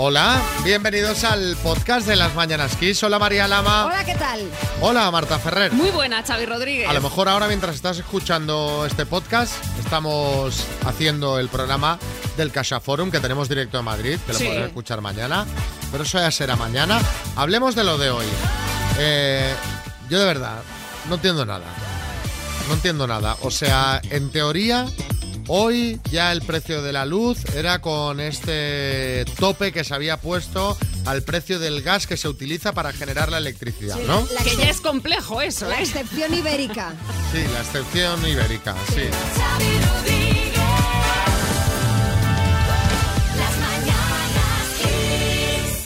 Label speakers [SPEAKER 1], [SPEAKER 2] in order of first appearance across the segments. [SPEAKER 1] Hola, bienvenidos al podcast de las Mañanas Kiss. Hola María Lama.
[SPEAKER 2] Hola, ¿qué tal?
[SPEAKER 1] Hola Marta Ferrer.
[SPEAKER 3] Muy buena, Xavi Rodríguez.
[SPEAKER 1] A lo mejor ahora mientras estás escuchando este podcast, estamos haciendo el programa del Casa Forum que tenemos directo de Madrid, que lo
[SPEAKER 3] Sí.
[SPEAKER 1] podrás escuchar mañana, pero eso ya será mañana. Hablemos de lo de hoy. Eh, yo de verdad no entiendo nada. No entiendo nada. O sea, en teoría, hoy ya el precio de la luz era con este tope que se había puesto al precio del gas que se utiliza para generar la electricidad, ¿no?
[SPEAKER 2] La,
[SPEAKER 3] Que
[SPEAKER 2] excep-
[SPEAKER 3] ya es complejo eso,
[SPEAKER 2] la
[SPEAKER 3] ¿eh?
[SPEAKER 2] excepción ibérica.
[SPEAKER 1] Sí, la excepción ibérica, sí.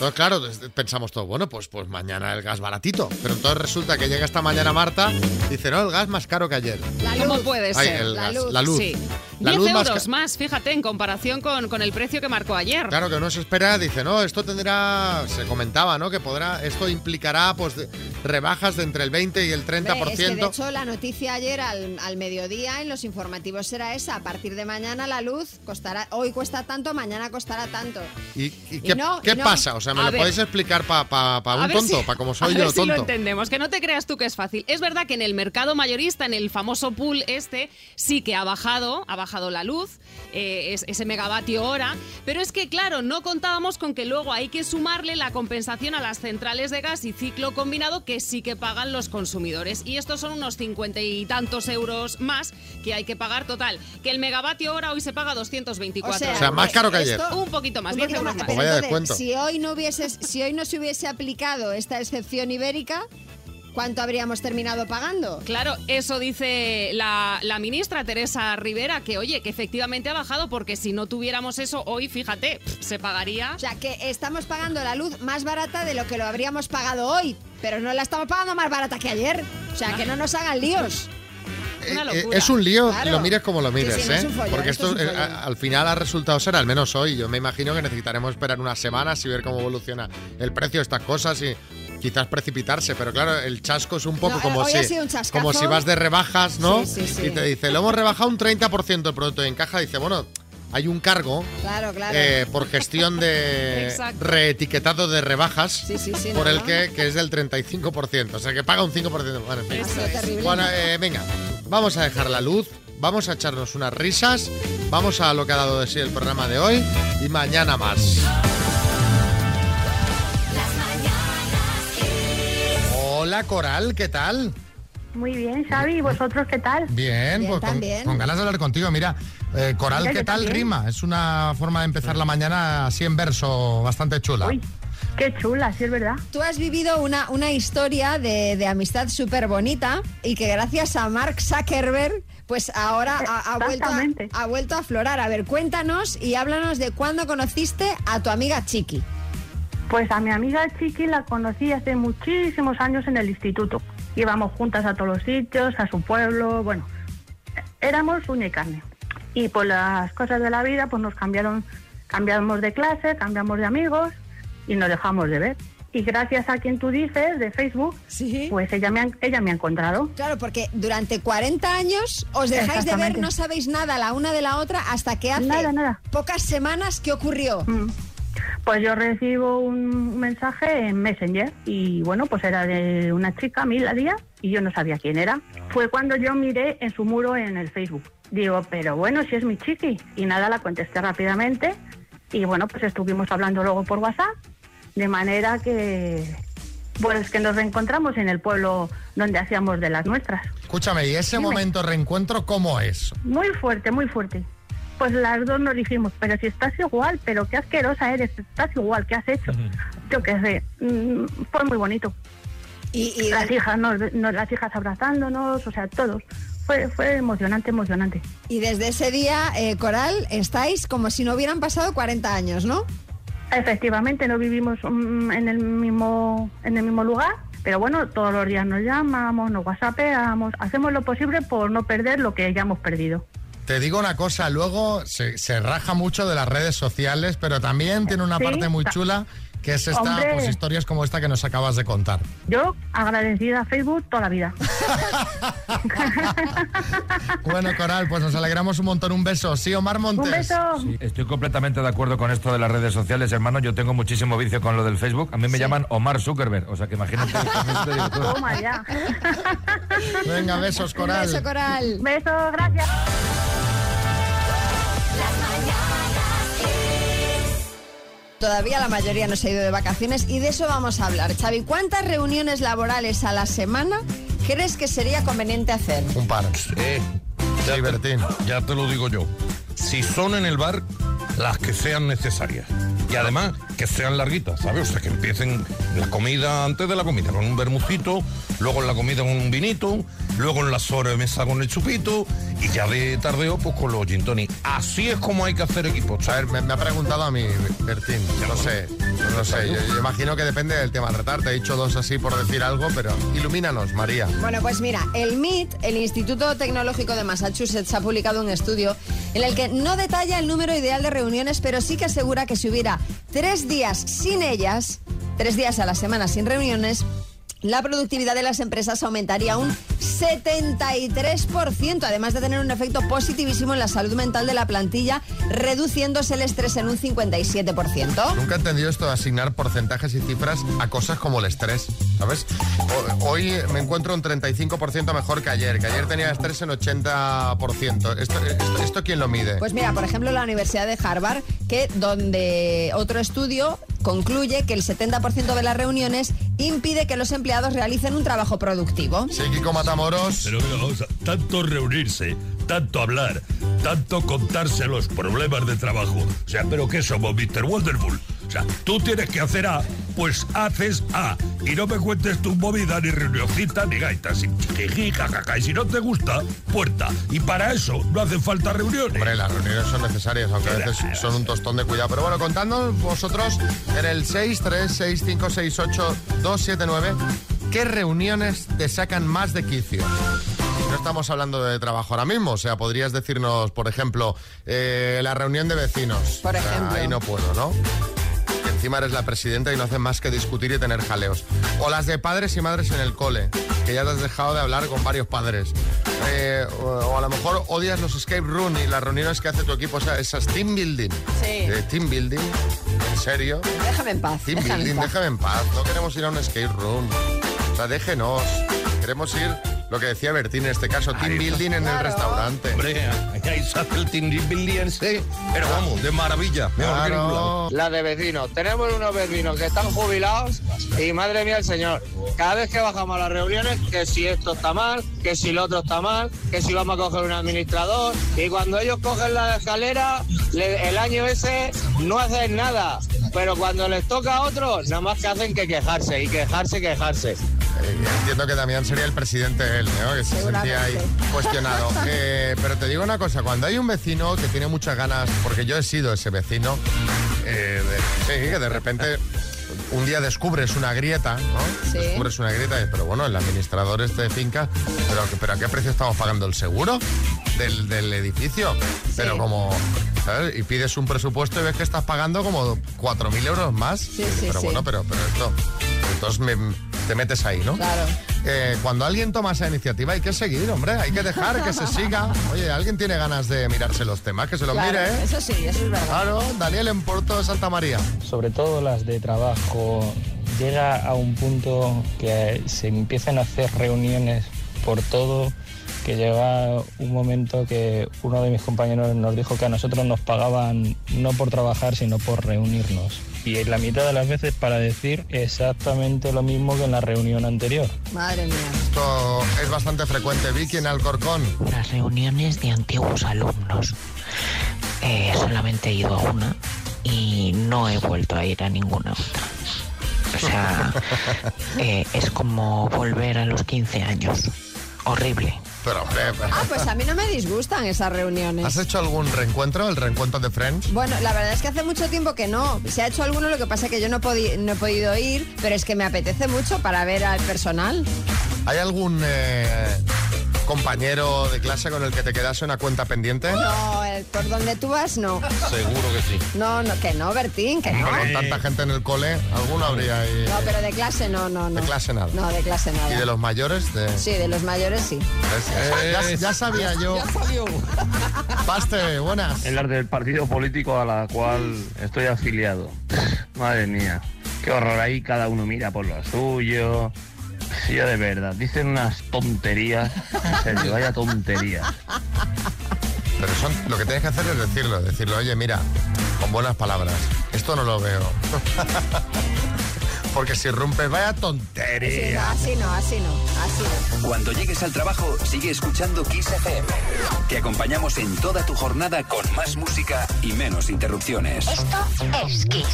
[SPEAKER 1] Entonces, claro, des- pensamos todo, bueno, pues, pues mañana el gas baratito. Pero entonces resulta que llega esta mañana Marta y dice, no, el gas más caro que ayer.
[SPEAKER 2] La luz.
[SPEAKER 3] ¿Cómo puede
[SPEAKER 1] Ay,
[SPEAKER 3] ser?
[SPEAKER 1] el
[SPEAKER 2] la
[SPEAKER 1] gas,
[SPEAKER 2] luz,
[SPEAKER 1] la luz.
[SPEAKER 3] Sí.
[SPEAKER 1] La
[SPEAKER 3] 10
[SPEAKER 1] luz más
[SPEAKER 3] euros
[SPEAKER 1] ca-
[SPEAKER 3] más, fíjate, en comparación con, con el precio que marcó ayer.
[SPEAKER 1] Claro que uno se espera, dice, no, esto tendrá, se comentaba, ¿no? Que podrá, esto implicará pues de- rebajas de entre el 20 y el 30%.
[SPEAKER 2] Hombre, Es que de hecho la noticia ayer al, al mediodía en los informativos era esa. A partir de mañana la luz costará, hoy cuesta tanto, mañana costará tanto.
[SPEAKER 1] ¿Y, y qué,
[SPEAKER 2] no,
[SPEAKER 1] qué
[SPEAKER 2] y no.
[SPEAKER 1] pasa? O sea, ¿me
[SPEAKER 3] A
[SPEAKER 1] lo
[SPEAKER 3] ver.
[SPEAKER 1] podéis explicar para
[SPEAKER 3] A
[SPEAKER 1] un
[SPEAKER 3] ver
[SPEAKER 1] tonto?
[SPEAKER 3] si-
[SPEAKER 1] ¿Para como
[SPEAKER 3] a
[SPEAKER 1] soy
[SPEAKER 3] ver
[SPEAKER 1] yo
[SPEAKER 3] si lo
[SPEAKER 1] tonto?
[SPEAKER 3] entendemos, que no te creas tú que es fácil. Es verdad que en el mercado mayorista, en el famoso pool este, sí que ha bajado, ha bajado la luz, eh, es- ese megavatio hora, pero es que claro, no contábamos con que luego hay que sumarle la compensación a las centrales de gas y ciclo combinado que sí que pagan los consumidores. Y estos son unos cincuenta y tantos euros más que hay que pagar total. Que el megavatio hora hoy se paga 224
[SPEAKER 1] O sea, más
[SPEAKER 2] eh,
[SPEAKER 1] caro que ayer. Uh,
[SPEAKER 3] Un poquito más,
[SPEAKER 2] un
[SPEAKER 3] 10
[SPEAKER 2] poquito
[SPEAKER 3] euros más.
[SPEAKER 2] Pero
[SPEAKER 1] Vaya
[SPEAKER 2] entonces,
[SPEAKER 1] descuento.
[SPEAKER 2] si hoy no hubieses, si hoy no se hubiese aplicado esta excepción ibérica, ¿cuánto habríamos terminado pagando?
[SPEAKER 3] Claro, eso dice la, la ministra Teresa Rivera, que oye, que efectivamente ha bajado, porque si no tuviéramos eso, hoy, fíjate, pf, se pagaría.
[SPEAKER 2] O sea, que estamos pagando la luz más barata de lo que lo habríamos pagado hoy, pero no la estamos pagando más barata que ayer. O sea, que no nos hagan líos.
[SPEAKER 3] Una
[SPEAKER 1] Eh, eh,
[SPEAKER 3] locura.
[SPEAKER 1] es un lío,
[SPEAKER 2] Claro.
[SPEAKER 1] lo mires como lo mires,
[SPEAKER 2] Sí, sí, no
[SPEAKER 1] ¿eh?
[SPEAKER 2] es un follón,
[SPEAKER 1] Porque
[SPEAKER 2] esto
[SPEAKER 1] esto,
[SPEAKER 2] es un
[SPEAKER 1] eh, a-
[SPEAKER 2] follón.
[SPEAKER 1] al final ha resultado ser, al menos hoy, yo me imagino que necesitaremos esperar unas semanas y ver cómo evoluciona el precio de estas cosas y quizás precipitarse, pero claro, el chasco es un poco
[SPEAKER 2] No, eh,
[SPEAKER 1] como
[SPEAKER 2] hoy
[SPEAKER 1] si
[SPEAKER 2] ha sido un chascazo.
[SPEAKER 1] como si vas de rebajas, ¿no?
[SPEAKER 2] Sí, sí, sí.
[SPEAKER 1] Y te dice, "Lo hemos rebajado un 30% el producto y en caja dice, bueno, hay un cargo
[SPEAKER 2] Claro, claro.
[SPEAKER 1] eh, por gestión de
[SPEAKER 3] Exacto.
[SPEAKER 1] reetiquetado de rebajas
[SPEAKER 2] Sí, sí, sí,
[SPEAKER 1] por
[SPEAKER 2] no,
[SPEAKER 1] el
[SPEAKER 2] no.
[SPEAKER 1] que, que es del 35%, o sea que paga un 5%. Bueno, en fin.
[SPEAKER 2] Ha sido terrible.
[SPEAKER 1] Bueno, eh, venga, vamos a dejar la luz, vamos a echarnos unas risas, vamos a lo que ha dado de sí el programa de hoy y mañana más. Hola Coral, ¿qué tal?
[SPEAKER 4] Muy bien, Xavi, ¿y vosotros qué tal?
[SPEAKER 1] Bien,
[SPEAKER 2] Bien,
[SPEAKER 1] pues con,
[SPEAKER 2] también.
[SPEAKER 1] con ganas de hablar contigo. Mira, eh, Coral,
[SPEAKER 4] Mira,
[SPEAKER 1] ¿qué
[SPEAKER 4] yo
[SPEAKER 1] tal
[SPEAKER 4] también.
[SPEAKER 1] rima? Es una forma de empezar la mañana así en verso, bastante chula.
[SPEAKER 4] Uy, qué chula, sí es verdad.
[SPEAKER 2] Tú has vivido una, una historia de, de amistad súper bonita y que gracias a Mark Zuckerberg, pues ahora ha, ha vuelto a,
[SPEAKER 4] Exactamente.
[SPEAKER 2] ha vuelto a aflorar. A ver, cuéntanos y háblanos de cuándo conociste a tu amiga Chiqui.
[SPEAKER 4] Pues a mi amiga Chiqui la conocí hace muchísimos años en el instituto. Íbamos juntas a todos los sitios, a su pueblo, bueno, éramos uña y carne. Y por las cosas de la vida, pues nos cambiaron, cambiamos de clase, cambiamos de amigos y nos dejamos de ver. Y gracias a quien tú dices, de Facebook,
[SPEAKER 2] Sí.
[SPEAKER 4] pues ella me ha, ella me ha encontrado.
[SPEAKER 2] Claro, porque durante 40 años os dejáis de ver,
[SPEAKER 4] Exactamente.
[SPEAKER 2] no sabéis nada la una de la otra hasta que hace
[SPEAKER 4] Nada, nada.
[SPEAKER 2] pocas semanas que ocurrió.
[SPEAKER 4] Mm. Pues yo recibo un mensaje en Messenger y bueno, pues era de una chica, Mila Díaz, y yo no sabía quién era. Fue cuando yo miré en su muro en el Facebook. Digo, pero bueno, si es mi chiqui. Y nada, la contesté rápidamente y bueno, pues estuvimos hablando luego por WhatsApp, de manera que, pues que nos reencontramos en el pueblo donde hacíamos de las nuestras.
[SPEAKER 1] Escúchame, ¿y ese
[SPEAKER 4] Dime.
[SPEAKER 1] momento reencuentro cómo es?
[SPEAKER 4] Muy fuerte, muy fuerte. Pues las dos nos dijimos, pero si estás igual, pero qué asquerosa eres, estás igual, ¿qué has hecho? Yo qué sé, mm, fue muy bonito.
[SPEAKER 2] Y, y-
[SPEAKER 4] Las hijas, nos, nos- las hijas abrazándonos, o sea, todos. Fue, fue emocionante, emocionante.
[SPEAKER 2] y desde ese día, eh, Coral, estáis como si no hubieran pasado 40 años, ¿no?
[SPEAKER 4] Efectivamente, no vivimos mm, en el mismo en el mismo lugar, pero bueno, todos los días nos llamamos, nos whatsappeamos, hacemos lo posible por no perder lo que ya hemos perdido.
[SPEAKER 1] Te digo una cosa, luego se, se raja mucho de las redes sociales, pero también tiene una
[SPEAKER 4] Sí,
[SPEAKER 1] parte muy
[SPEAKER 4] ta-
[SPEAKER 1] chula que es esta,
[SPEAKER 4] Hombre.
[SPEAKER 1] pues historias como esta que nos acabas de contar.
[SPEAKER 4] Yo agradecida a Facebook toda la vida.
[SPEAKER 1] Bueno, Coral, pues nos alegramos un montón. Un beso. Sí, Omar Montes.
[SPEAKER 4] Un beso.
[SPEAKER 5] Sí, estoy completamente de acuerdo con esto de las redes sociales, hermano. Yo tengo muchísimo vicio con lo del Facebook. A mí me llaman Omar Zuckerberg. O sea, que imagínate. te digo todo.
[SPEAKER 4] Toma ya.
[SPEAKER 1] Venga, besos,
[SPEAKER 2] Un
[SPEAKER 1] Coral.
[SPEAKER 2] beso, Coral.
[SPEAKER 4] Beso, gracias.
[SPEAKER 6] Las mañanas Kiss.
[SPEAKER 2] Todavía la mayoría no se ha ido de vacaciones y de eso vamos a hablar. Xavi, ¿cuántas reuniones laborales a la semana crees que sería conveniente hacer?
[SPEAKER 1] Un par.
[SPEAKER 7] Eh, ya, te,
[SPEAKER 1] Libertín.
[SPEAKER 7] ya te lo digo yo. Si son en el bar, las que sean necesarias. Y además, que sean larguitas, ¿sabes? O sea, que empiecen la comida antes de la comida, con un bermucito, luego en la comida con un vinito, luego en la sobremesa con el chupito, y ya de tardeo, pues con los gin tonic. Así es como hay que hacer equipo,
[SPEAKER 1] A
[SPEAKER 7] ¿sabes?
[SPEAKER 1] ver, me, me ha preguntado a mí, Bertín. Yo no sé. yo No sé. Yo, yo imagino que depende del tema a tratar. Te he dicho dos así por decir algo, pero ilumínanos, María.
[SPEAKER 2] Bueno, pues mira, el MIT, el Instituto Tecnológico de Massachusetts, ha publicado un estudio en el que no detalla el número ideal de reuniones, pero sí que asegura que si hubiera tres días sin ellas, tres días a la semana sin reuniones, la productividad de las empresas aumentaría un 73%, además de tener un efecto positivísimo en la salud mental de la plantilla, reduciéndose el estrés en un 57%.
[SPEAKER 1] Nunca he entendido esto de asignar porcentajes y cifras a cosas como el estrés, ¿sabes? O- Hoy me encuentro un 35% mejor que ayer, que ayer tenía estrés en 80%. ¿Esto, esto, esto quién lo mide?
[SPEAKER 2] Pues mira, por ejemplo, la Universidad de Harvard, que donde otro estudio concluye que el 70% de las reuniones impide que los empleados realicen un trabajo productivo.
[SPEAKER 1] Sí, Kiko Matamoros.
[SPEAKER 8] Pero venga, vamos a, tanto reunirse, tanto hablar, tanto contarse los problemas de trabajo. O sea, ¿pero qué somos, Mr. Wonderful? O sea, tú tienes que hacer A, pues haces A. Y no me cuentes tu movida, ni reunioncita, ni gaita, sin jiji, jajaja. Y si no te gusta, puerta. Y para eso no hacen falta reuniones.
[SPEAKER 1] Hombre, las reuniones son necesarias, aunque a veces son un tostón de cuidado. Pero bueno, contadnos vosotros en el 636568279 qué reuniones te sacan más de quicio. No estamos hablando de trabajo ahora mismo, o sea, podrías decirnos, por ejemplo, eh, la reunión de vecinos.
[SPEAKER 2] Por
[SPEAKER 1] O sea,
[SPEAKER 2] ejemplo.
[SPEAKER 1] Ahí no puedo, ¿no? Que Encima eres la presidenta y no haces más que discutir y tener jaleos. O las de padres y madres en el cole, que ya te has dejado de hablar con varios padres. Eh, o, o a lo mejor odias los escape room y las reuniones que hace tu equipo, o sea, esas team building.
[SPEAKER 2] Sí.
[SPEAKER 1] Eh, team building, en serio.
[SPEAKER 2] Déjame en paz.
[SPEAKER 1] Team
[SPEAKER 2] déjame en
[SPEAKER 1] building,
[SPEAKER 2] paz.
[SPEAKER 1] déjame en paz. No queremos ir a un escape room. O sea, déjenos. Queremos ir, lo que decía Bertín en este caso, team building en el
[SPEAKER 2] Claro.
[SPEAKER 1] restaurante.
[SPEAKER 7] Hombre, ahí se hace el tindibiliense, pero vamos, de maravilla. Mejor que ningún
[SPEAKER 1] Claro.
[SPEAKER 7] lado.
[SPEAKER 9] La de vecinos. Tenemos unos vecinos que están jubilados y madre mía el señor. Cada vez que bajamos a las reuniones, que si esto está mal, que si lo otro está mal, que si vamos a coger un administrador. Y cuando ellos cogen la escalera, le- el año ese no hacen nada. Pero cuando les toca a otros, nada más que hacen que quejarse y quejarse, quejarse.
[SPEAKER 1] Eh, Entiendo que también sería el presidente él, ¿no? Que se sentía ahí
[SPEAKER 2] Seguramente.
[SPEAKER 1] cuestionado. Eh, pero te digo una cosa, cuando hay un vecino que tiene muchas ganas, porque yo he sido ese vecino, eh, de- sí, que de repente un día descubres una grieta, ¿no?
[SPEAKER 2] Sí.
[SPEAKER 1] Descubres una grieta, y, pero bueno, el administrador este de finca, pero, pero ¿a qué precio estamos pagando el seguro del, del edificio? Pero
[SPEAKER 2] Sí.
[SPEAKER 1] como... ¿sabes? Y pides un presupuesto y ves que estás pagando como 4.000 euros más.
[SPEAKER 2] Sí, sí,
[SPEAKER 1] pero
[SPEAKER 2] sí.
[SPEAKER 1] bueno, pero, pero esto... Entonces me- te metes ahí, ¿no?
[SPEAKER 2] Claro.
[SPEAKER 1] Eh, cuando alguien toma esa iniciativa hay que seguir, hombre, hay que dejar que se siga. Oye, alguien tiene ganas de mirarse los temas, que se los
[SPEAKER 2] Claro,
[SPEAKER 1] mire, ¿eh?
[SPEAKER 2] Eso sí, eso es verdad.
[SPEAKER 1] Claro, Daniel en Puerto de Santa María.
[SPEAKER 10] sobre todo las de trabajo, llega a un punto que se empiezan a hacer reuniones por todo, que llega un momento que uno de mis compañeros nos dijo que a nosotros nos pagaban no por trabajar, sino por reunirnos. Y en la mitad de las veces para decir exactamente lo mismo que en la reunión anterior.
[SPEAKER 1] Ah.
[SPEAKER 2] Madre mía.
[SPEAKER 1] Esto es bastante frecuente. Vicky en Alcorcón.
[SPEAKER 11] las reuniones de antiguos alumnos. Eh, solamente he ido a una y no he vuelto a ir a ninguna otra. O sea, eh, es como volver a los 15 años. Horrible.
[SPEAKER 1] Pero, hombre,
[SPEAKER 2] Ah, pues a mí no me disgustan esas reuniones.
[SPEAKER 1] ¿has hecho algún reencuentro, el reencuentro de Friends?
[SPEAKER 2] Bueno, la verdad es que hace mucho tiempo que no. Se ha hecho alguno, lo que pasa es que yo no, podi- no he podido ir, pero es que me apetece mucho para ver al personal.
[SPEAKER 1] ¿Hay algún eh, compañero de clase con el que te quedase una cuenta pendiente?
[SPEAKER 2] No, el- por donde tú vas, no.
[SPEAKER 1] Seguro que sí.
[SPEAKER 2] No, no, que no, Bertín, que no.
[SPEAKER 1] Con tanta gente en el cole, alguno habría ahí.
[SPEAKER 2] No, pero de clase no, no, no.
[SPEAKER 1] De clase nada.
[SPEAKER 2] No, de clase nada.
[SPEAKER 1] ¿Y de los mayores? De... Eh,
[SPEAKER 2] Sí, de los mayores sí.
[SPEAKER 1] ¿Ves? Ya, ya sabía yo. Paste, buenas.
[SPEAKER 12] En las del partido político a la cual estoy afiliado. Madre mía, qué horror ahí, cada uno mira por lo suyo. Sí, yo de verdad, dicen unas tonterías. En serio, vaya tonterías.
[SPEAKER 1] Pero son, lo que tienes que hacer es decirlo, decirlo, oye, mira, con buenas palabras, esto no lo veo. Porque si rompes, vaya
[SPEAKER 2] Sí, no,
[SPEAKER 1] tontería.
[SPEAKER 2] así no, así no, así no.
[SPEAKER 13] Cuando llegues al trabajo, sigue escuchando Kiss FM. Te acompañamos en toda tu jornada con más música y menos interrupciones.
[SPEAKER 6] es Kiss.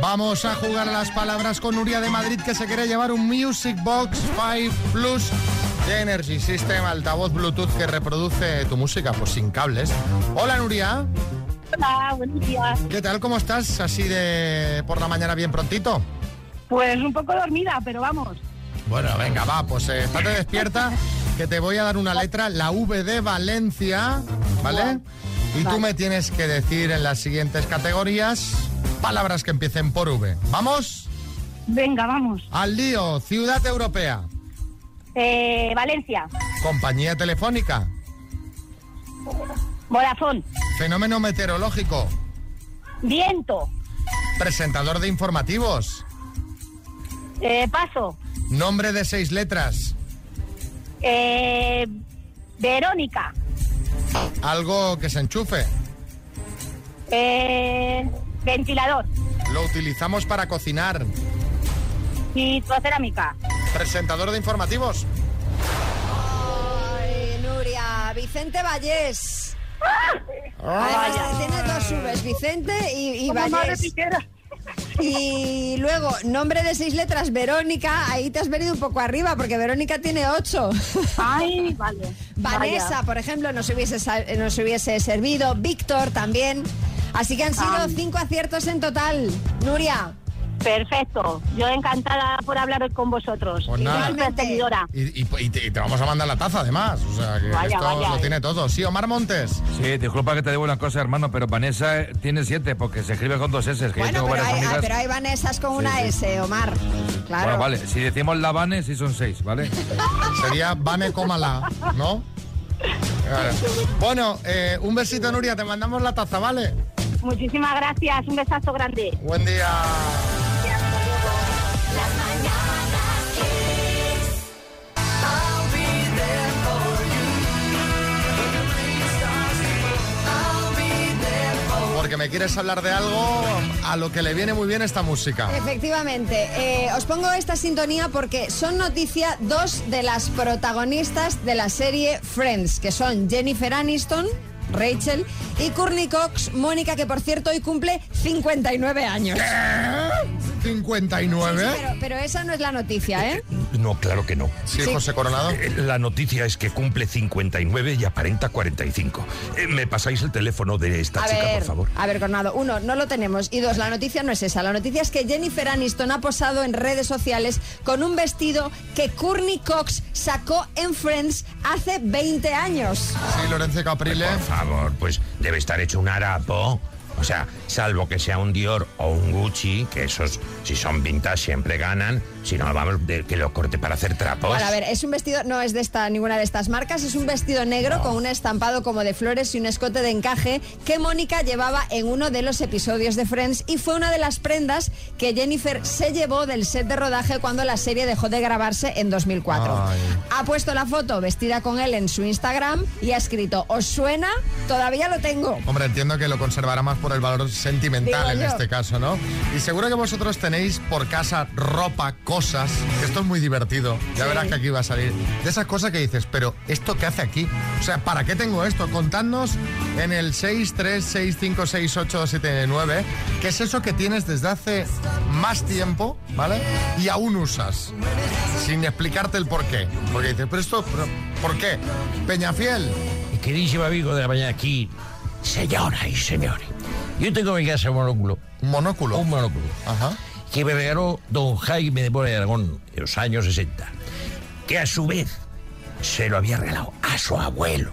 [SPEAKER 1] Vamos a jugar a las palabras con Nuria de Madrid que se quiere llevar un Music Box 5 Plus de Energy System, altavoz Bluetooth que reproduce tu música, pues sin cables. Hola Nuria.
[SPEAKER 14] Hola, buenos días.
[SPEAKER 1] ¿Qué tal? ¿Cómo estás? Así de por la mañana bien prontito.
[SPEAKER 14] Pues un poco dormida, pero vamos.
[SPEAKER 1] Bueno, venga, va, pues eh, estate despierta, que te voy a dar una letra, la V de Valencia, ¿vale? Y tú me tienes que decir en las siguientes categorías palabras que empiecen por V. ¿Vamos?
[SPEAKER 14] Venga, vamos.
[SPEAKER 1] Al lío, ciudad europea,
[SPEAKER 14] Eh, Valencia,
[SPEAKER 1] compañía telefónica,
[SPEAKER 14] Vodafone,
[SPEAKER 1] fenómeno meteorológico,
[SPEAKER 14] Viento,
[SPEAKER 1] presentador de informativos,
[SPEAKER 14] eh, Paso,
[SPEAKER 1] nombre de seis letras,
[SPEAKER 14] eh, Verónica,
[SPEAKER 1] algo que se enchufe.
[SPEAKER 14] eh, Ventilador,
[SPEAKER 1] Lo utilizamos para cocinar.
[SPEAKER 14] Vitrocerámica,
[SPEAKER 1] Presentador de informativos.
[SPEAKER 2] Ay, Nuria, Vicente Vallés.
[SPEAKER 1] Ay.
[SPEAKER 2] Además, tiene dos Vs, Vicente y, y
[SPEAKER 14] Como madre
[SPEAKER 2] Vallés. Y luego, nombre de seis letras, Verónica, ahí te has venido un poco arriba porque Verónica tiene ocho.
[SPEAKER 14] Ay, vale.
[SPEAKER 2] Vanessa,
[SPEAKER 14] Vaya.
[SPEAKER 2] por ejemplo, nos hubiese, sa- eh, nos hubiese servido. Víctor también. Así que han sido
[SPEAKER 14] Ah.
[SPEAKER 2] cinco aciertos en total. Nuria.
[SPEAKER 14] Perfecto. Yo encantada por hablar hoy con vosotros.
[SPEAKER 1] Pues nada.
[SPEAKER 14] Súper seguidora.
[SPEAKER 1] Y, y- y te, y te vamos a mandar la taza, además. O sea, que
[SPEAKER 14] Vaya,
[SPEAKER 1] esto
[SPEAKER 14] vaya,
[SPEAKER 1] lo
[SPEAKER 14] eh.
[SPEAKER 1] tiene todo. Sí, Omar Montes.
[SPEAKER 5] Sí, disculpa que te devuelvan cosas, hermano, pero Vanessa eh, tiene siete porque se escribe con dos S, que yo
[SPEAKER 2] Bueno,
[SPEAKER 5] tengo
[SPEAKER 2] pero
[SPEAKER 5] varias
[SPEAKER 2] hay, ah,
[SPEAKER 5] amigas.
[SPEAKER 2] pero hay Vanessas con una
[SPEAKER 5] sí.
[SPEAKER 2] S, Omar. Claro.
[SPEAKER 5] Bueno, vale, si decimos la Vane, sí son seis, ¿vale?
[SPEAKER 1] Sería Vane Comala, ¿no? Claro. Bueno, eh, un besito, Nuria. Te mandamos la taza, ¿vale?
[SPEAKER 14] Muchísimas gracias. Un besazo grande.
[SPEAKER 1] Buen día. Porque me quieres hablar de algo a lo que le viene muy bien esta música.
[SPEAKER 2] Efectivamente, eh, os pongo esta sintonía porque son noticia dos de las protagonistas de la serie Friends, que son Jennifer Aniston, Rachel, y Courtney Cox, Mónica, que por cierto hoy cumple 59 años.
[SPEAKER 5] Pues
[SPEAKER 2] Sí, sí,
[SPEAKER 1] 59.
[SPEAKER 2] pero, pero esa no es la noticia, ¿eh?
[SPEAKER 8] No, claro que no.
[SPEAKER 1] Sí, José Coronado.
[SPEAKER 8] Eh, La noticia es que cumple 59 y aparenta 45. Eh, ¿Me pasáis el teléfono de esta
[SPEAKER 2] a
[SPEAKER 8] chica,
[SPEAKER 2] ver,
[SPEAKER 8] por favor?
[SPEAKER 2] A ver, Coronado, uno, no lo tenemos. Y dos, la noticia no es esa. La noticia es que Jennifer Aniston ha posado en redes sociales con un vestido que Courtney Cox sacó en Friends hace 20 años.
[SPEAKER 1] Sí, Lorenzo Caprile.
[SPEAKER 7] Por favor, pues debe estar hecho un harapo. O sea, salvo que sea un Dior o un Gucci, que esos, si son vintage, siempre ganan. Si no, vamos, de- que lo corte para hacer trapos.
[SPEAKER 1] Pues
[SPEAKER 2] Bueno, a ver, es un vestido, no es de esta, ninguna de estas marcas, es un vestido negro con un estampado como de flores y un escote de encaje que Mónica llevaba en uno de los episodios de Friends y fue una de las prendas que Jennifer se llevó del set de rodaje cuando la serie dejó de grabarse en 2004.
[SPEAKER 6] Ay.
[SPEAKER 2] Ha puesto la foto vestida con él en su Instagram y ha escrito, ¿os suena? Todavía lo tengo.
[SPEAKER 1] Hombre, entiendo que lo conservará más por el valor sentimental
[SPEAKER 2] Digo
[SPEAKER 1] en
[SPEAKER 2] yo.
[SPEAKER 1] este caso, ¿no? Y seguro que vosotros tenéis por casa ropa, cosas, que esto es muy divertido. Ya verás que aquí va a salir. De esas cosas que dices, pero ¿esto qué hace aquí? O sea, ¿para qué tengo esto? Contadnos en el 636568279 qué es eso que tienes desde hace más tiempo, ¿vale? Y aún usas, sin explicarte el por qué. Porque dices, pero esto, pero, ¿por qué? Peñafiel.
[SPEAKER 15] Queridísimo amigo de la mañana aquí, señoras y señores. Yo tengo en mi casa un monóculo.
[SPEAKER 1] ¿Un monóculo?
[SPEAKER 15] Un monóculo.
[SPEAKER 1] Ajá.
[SPEAKER 8] que me regaló don Jaime de Mora de Aragón en los años 60, que a su vez se lo había regalado a su abuelo,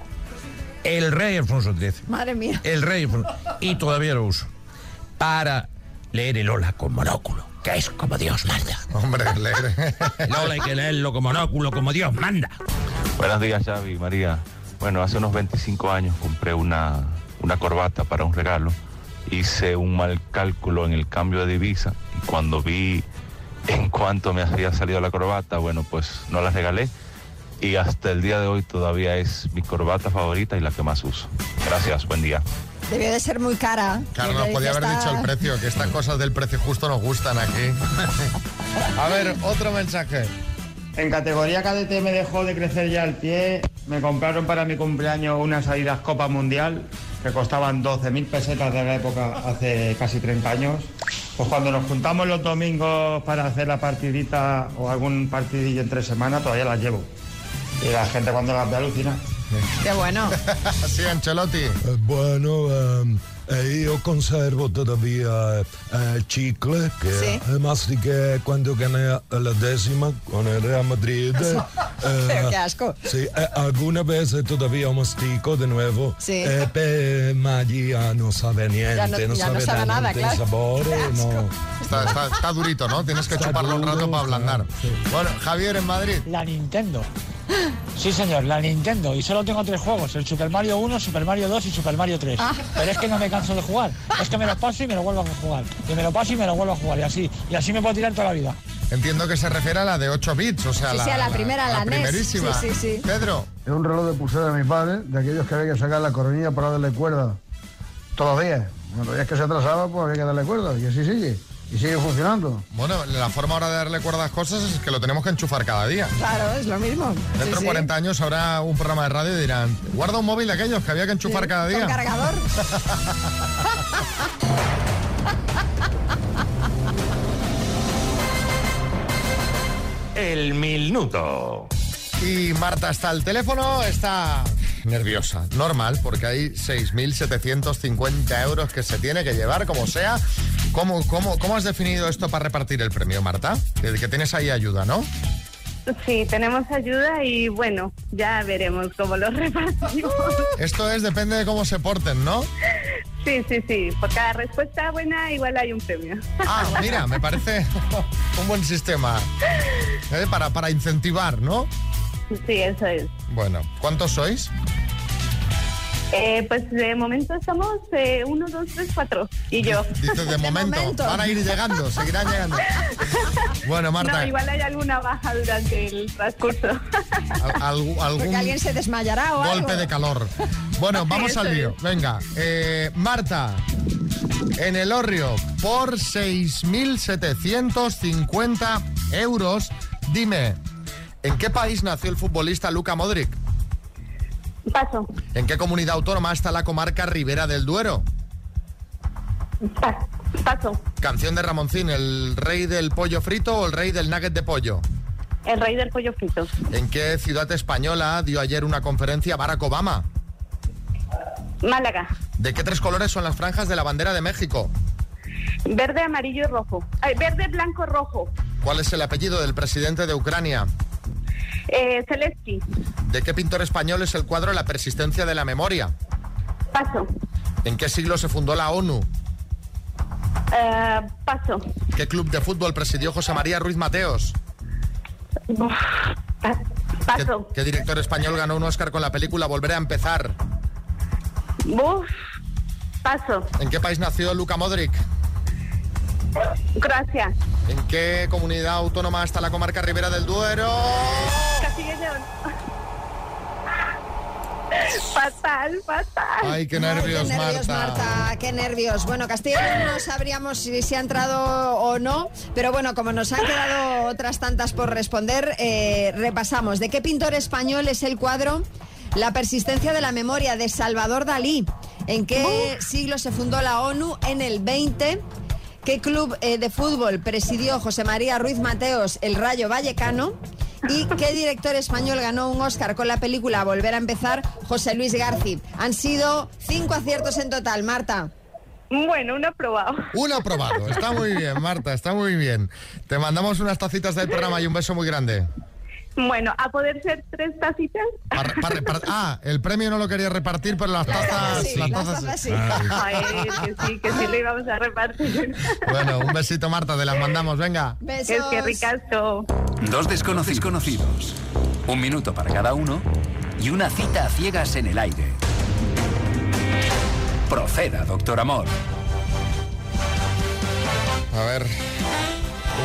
[SPEAKER 8] el rey Alfonso XIII.
[SPEAKER 2] Madre mía.
[SPEAKER 8] El rey Alfonso, y todavía lo uso, para leer el hola con monóculo, que es como Dios manda.
[SPEAKER 1] Hombre, leer.
[SPEAKER 8] El hola hay que leerlo con monóculo, como Dios manda.
[SPEAKER 16] Buenos días, Xavi, María. Bueno, hace unos 25 años compré una, una corbata para un regalo. Hice un mal cálculo en el cambio de divisa y cuando vi en cuánto me había salido la corbata, bueno, pues no la regalé. Y hasta el día de hoy todavía es mi corbata favorita y la que más uso. Gracias, buen día.
[SPEAKER 2] Debió de ser muy cara.
[SPEAKER 1] Claro,
[SPEAKER 2] Porque
[SPEAKER 1] no podía haber
[SPEAKER 2] está-
[SPEAKER 1] dicho el precio, que estas cosas del precio justo nos gustan aquí. A ver, otro mensaje.
[SPEAKER 17] En categoría KDT me dejó de crecer ya el pie. Me compraron para mi cumpleaños unas Adidas Copa Mundial que costaban 12.000 pesetas de la época hace casi 30 años. Pues cuando nos juntamos los domingos para hacer la partidita o algún partidillo entre semana, todavía las llevo. Y la gente cuando las ve alucina.
[SPEAKER 2] Qué bueno.
[SPEAKER 1] sí, Ancelotti.
[SPEAKER 7] bueno, eh, eh, yo conservo todavía eh, chicle que eh, mastiqué cuando gané la décima con el Real Madrid. Eh,
[SPEAKER 2] Pero qué asco.
[SPEAKER 7] Sí, eh, alguna vez eh, todavía mastico de nuevo.
[SPEAKER 2] Sí.
[SPEAKER 7] Eh, pero Maggi ya no ah, sabe niente,
[SPEAKER 2] Ya
[SPEAKER 7] no,
[SPEAKER 2] no- ya no
[SPEAKER 7] sabe,
[SPEAKER 2] sabe nada,
[SPEAKER 7] realmente
[SPEAKER 2] claro.
[SPEAKER 7] el sabor, eh, no.
[SPEAKER 1] Está, está- está durito, ¿no? Tienes que chuparlo un rato para ablandar. Bueno, Javier en Madrid.
[SPEAKER 10] La Nintendo. Sí, señor, la Nintendo. Y solo tengo tres juegos, el Super Mario 1, Super Mario 2 y Super Mario 3. Pero es que no me canso de jugar. Es que me lo paso y me lo vuelvo a jugar. Y me lo paso y me lo vuelvo a jugar. Y así, y así me puedo tirar toda la vida.
[SPEAKER 1] Entiendo que se refiere a la de 8 bits, o sea,
[SPEAKER 2] Sí,
[SPEAKER 1] la,
[SPEAKER 2] sí, a la primera, a la NES.
[SPEAKER 1] primerísima.
[SPEAKER 2] Sí, sí, sí.
[SPEAKER 1] Pedro.
[SPEAKER 18] Es un reloj de pulsera de mi padre, de aquellos que había que sacar la cornilla para darle cuerda todos los días. Cuando días que se atrasaba, pues había que darle cuerda, y así sigue. Y sigue funcionando.
[SPEAKER 1] Bueno, la forma ahora de darle cuerda a las cosas es que lo tenemos que enchufar cada día.
[SPEAKER 2] Claro, es lo mismo.
[SPEAKER 1] Dentro de
[SPEAKER 2] Sí, sí.
[SPEAKER 1] 40 años habrá un programa de radio y dirán, guarda un móvil de aquellos que había que enchufar cada
[SPEAKER 2] Con
[SPEAKER 1] día.
[SPEAKER 2] cargador.
[SPEAKER 1] El minuto. Y Marta está al teléfono, está nerviosa. Normal, porque hay 6.750 euros que se tiene que llevar, como sea. ¿Cómo, cómo, ¿Cómo has definido esto para repartir el premio, Marta? Desde que tienes ahí ayuda, ¿no?
[SPEAKER 4] Sí, tenemos ayuda y bueno, ya veremos cómo lo repartimos.
[SPEAKER 1] Esto es, depende de cómo se porten, ¿no?
[SPEAKER 4] Sí, sí, sí. Por cada respuesta buena, igual hay un premio.
[SPEAKER 1] Ah, mira, me parece un buen sistema. Eh, Para, para incentivar, ¿no?
[SPEAKER 4] Sí, eso es.
[SPEAKER 1] Bueno, ¿cuántos sois?
[SPEAKER 4] Eh, pues de momento somos eh, uno, dos, tres, cuatro. Y yo.
[SPEAKER 1] Dices, de momento, van a ir llegando, seguirán llegando. Bueno, Marta,
[SPEAKER 4] No, igual hay alguna baja durante el transcurso.
[SPEAKER 1] al- algu-
[SPEAKER 2] Porque
[SPEAKER 1] algún
[SPEAKER 2] alguien se desmayará o
[SPEAKER 1] golpe
[SPEAKER 2] algo.
[SPEAKER 1] de calor. Bueno, vamos al lío. Venga, eh, Marta, en el horrio, por 6.750 euros, dime, ¿en qué país nació el futbolista Luca Modric?
[SPEAKER 4] Paso.
[SPEAKER 1] ¿En qué comunidad autónoma está la comarca Ribera del Duero?
[SPEAKER 4] Paso.
[SPEAKER 1] Canción de Ramoncín, ¿el rey del pollo frito o el rey del nugget de pollo?
[SPEAKER 4] El rey del pollo frito.
[SPEAKER 1] ¿En qué ciudad española dio ayer una conferencia Barack Obama?
[SPEAKER 4] Málaga.
[SPEAKER 1] ¿De qué tres colores son las franjas de la bandera de México?
[SPEAKER 4] Verde, amarillo y rojo. Ay, verde, blanco, rojo.
[SPEAKER 1] ¿Cuál es el apellido del presidente de Ucrania?
[SPEAKER 4] Eh, Zelensky.
[SPEAKER 1] ¿De qué pintor español es el cuadro La persistencia de la memoria?
[SPEAKER 4] Paso.
[SPEAKER 1] ¿En qué siglo se fundó la ONU?
[SPEAKER 4] Eh, paso.
[SPEAKER 1] ¿Qué club de fútbol presidió José María Ruiz Mateos?
[SPEAKER 4] Uf, pa- paso.
[SPEAKER 1] ¿Qué director español ganó un Oscar con la película Volver a empezar?
[SPEAKER 4] Uf, paso.
[SPEAKER 1] ¿En qué país nació Luka Modric?
[SPEAKER 4] Gracias.
[SPEAKER 1] ¿En qué comunidad autónoma está la comarca Ribera del Duero?
[SPEAKER 4] Castilla y León. Fatal, fatal.
[SPEAKER 1] Ay, qué nervios,
[SPEAKER 2] Qué nervios, Marta, qué nervios. Bueno, Castilla y León no sabríamos si se ha entrado o no, pero bueno, como nos han quedado otras tantas por responder, eh, repasamos. ¿De qué pintor español es el cuadro La persistencia de la memoria de Salvador Dalí? ¿En qué siglo se fundó la ONU? En el 20. ¿Qué club eh, de fútbol presidió José María Ruiz Mateos, el Rayo Vallecano? ¿Y qué director español ganó un Oscar con la película Volver a empezar, José Luis García? Han sido cinco aciertos en total, Marta.
[SPEAKER 19] Bueno, un aprobado.
[SPEAKER 1] Un aprobado. Está muy bien, Marta, está muy bien. Te mandamos unas tacitas del programa y un beso muy grande.
[SPEAKER 19] Bueno, a poder ser tres tacitas.
[SPEAKER 1] Para- para repart- ah, el premio no lo quería repartir, pero las tazas. las tazas sí.
[SPEAKER 4] Ah.
[SPEAKER 19] Ay, que sí, que sí le íbamos a repartir.
[SPEAKER 1] Ay. Bueno, un besito, Marta, te las mandamos, venga.
[SPEAKER 19] Besos. Es que ricazo.
[SPEAKER 13] Dos desconocidos conocidos. Un minuto para cada uno y una cita a ciegas en el aire. Proceda, doctor amor.
[SPEAKER 1] A ver.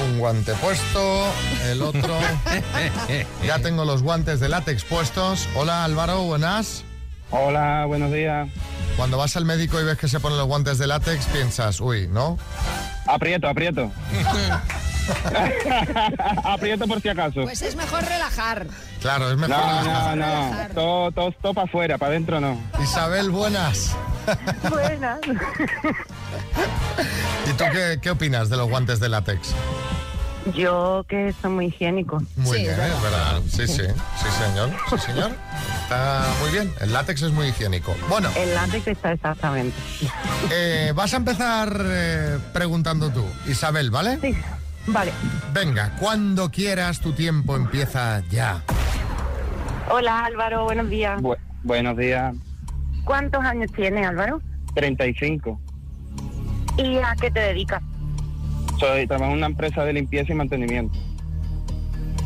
[SPEAKER 1] Un guante puesto, el otro. ya tengo los guantes de látex puestos. Hola Álvaro, buenas.
[SPEAKER 20] Hola, buenos días.
[SPEAKER 1] Cuando vas al médico y ves que se ponen los guantes de látex, piensas, uy, ¿no?
[SPEAKER 20] Aprieto, aprieto. aprieto por si acaso.
[SPEAKER 2] Pues es mejor relajar.
[SPEAKER 1] Claro, es mejor.
[SPEAKER 20] No, no,
[SPEAKER 1] relajar.
[SPEAKER 20] no. Todo, todo, todo para afuera, para adentro no.
[SPEAKER 1] Isabel, buenas.
[SPEAKER 19] Buenas.
[SPEAKER 1] ¿Y tú qué, qué opinas de los guantes de látex?
[SPEAKER 4] Yo que son muy higiénicos.
[SPEAKER 1] Muy bien, ¿eh? ¿verdad? Sí, sí, sí, señor. Sí, señor. Está muy bien. El látex es muy higiénico. Bueno,
[SPEAKER 4] El látex está exactamente.
[SPEAKER 1] eh, vas a empezar eh, preguntando tú, Isabel, ¿vale? Sí,
[SPEAKER 4] vale.
[SPEAKER 1] Venga, cuando quieras, tu tiempo empieza ya.
[SPEAKER 4] Hola Álvaro, buenos días.
[SPEAKER 20] Bu- buenos días.
[SPEAKER 4] ¿Cuántos años tienes Álvaro?
[SPEAKER 20] 35.
[SPEAKER 4] ¿Y a qué te dedicas?
[SPEAKER 20] Soy, trabajo en una empresa de limpieza y mantenimiento.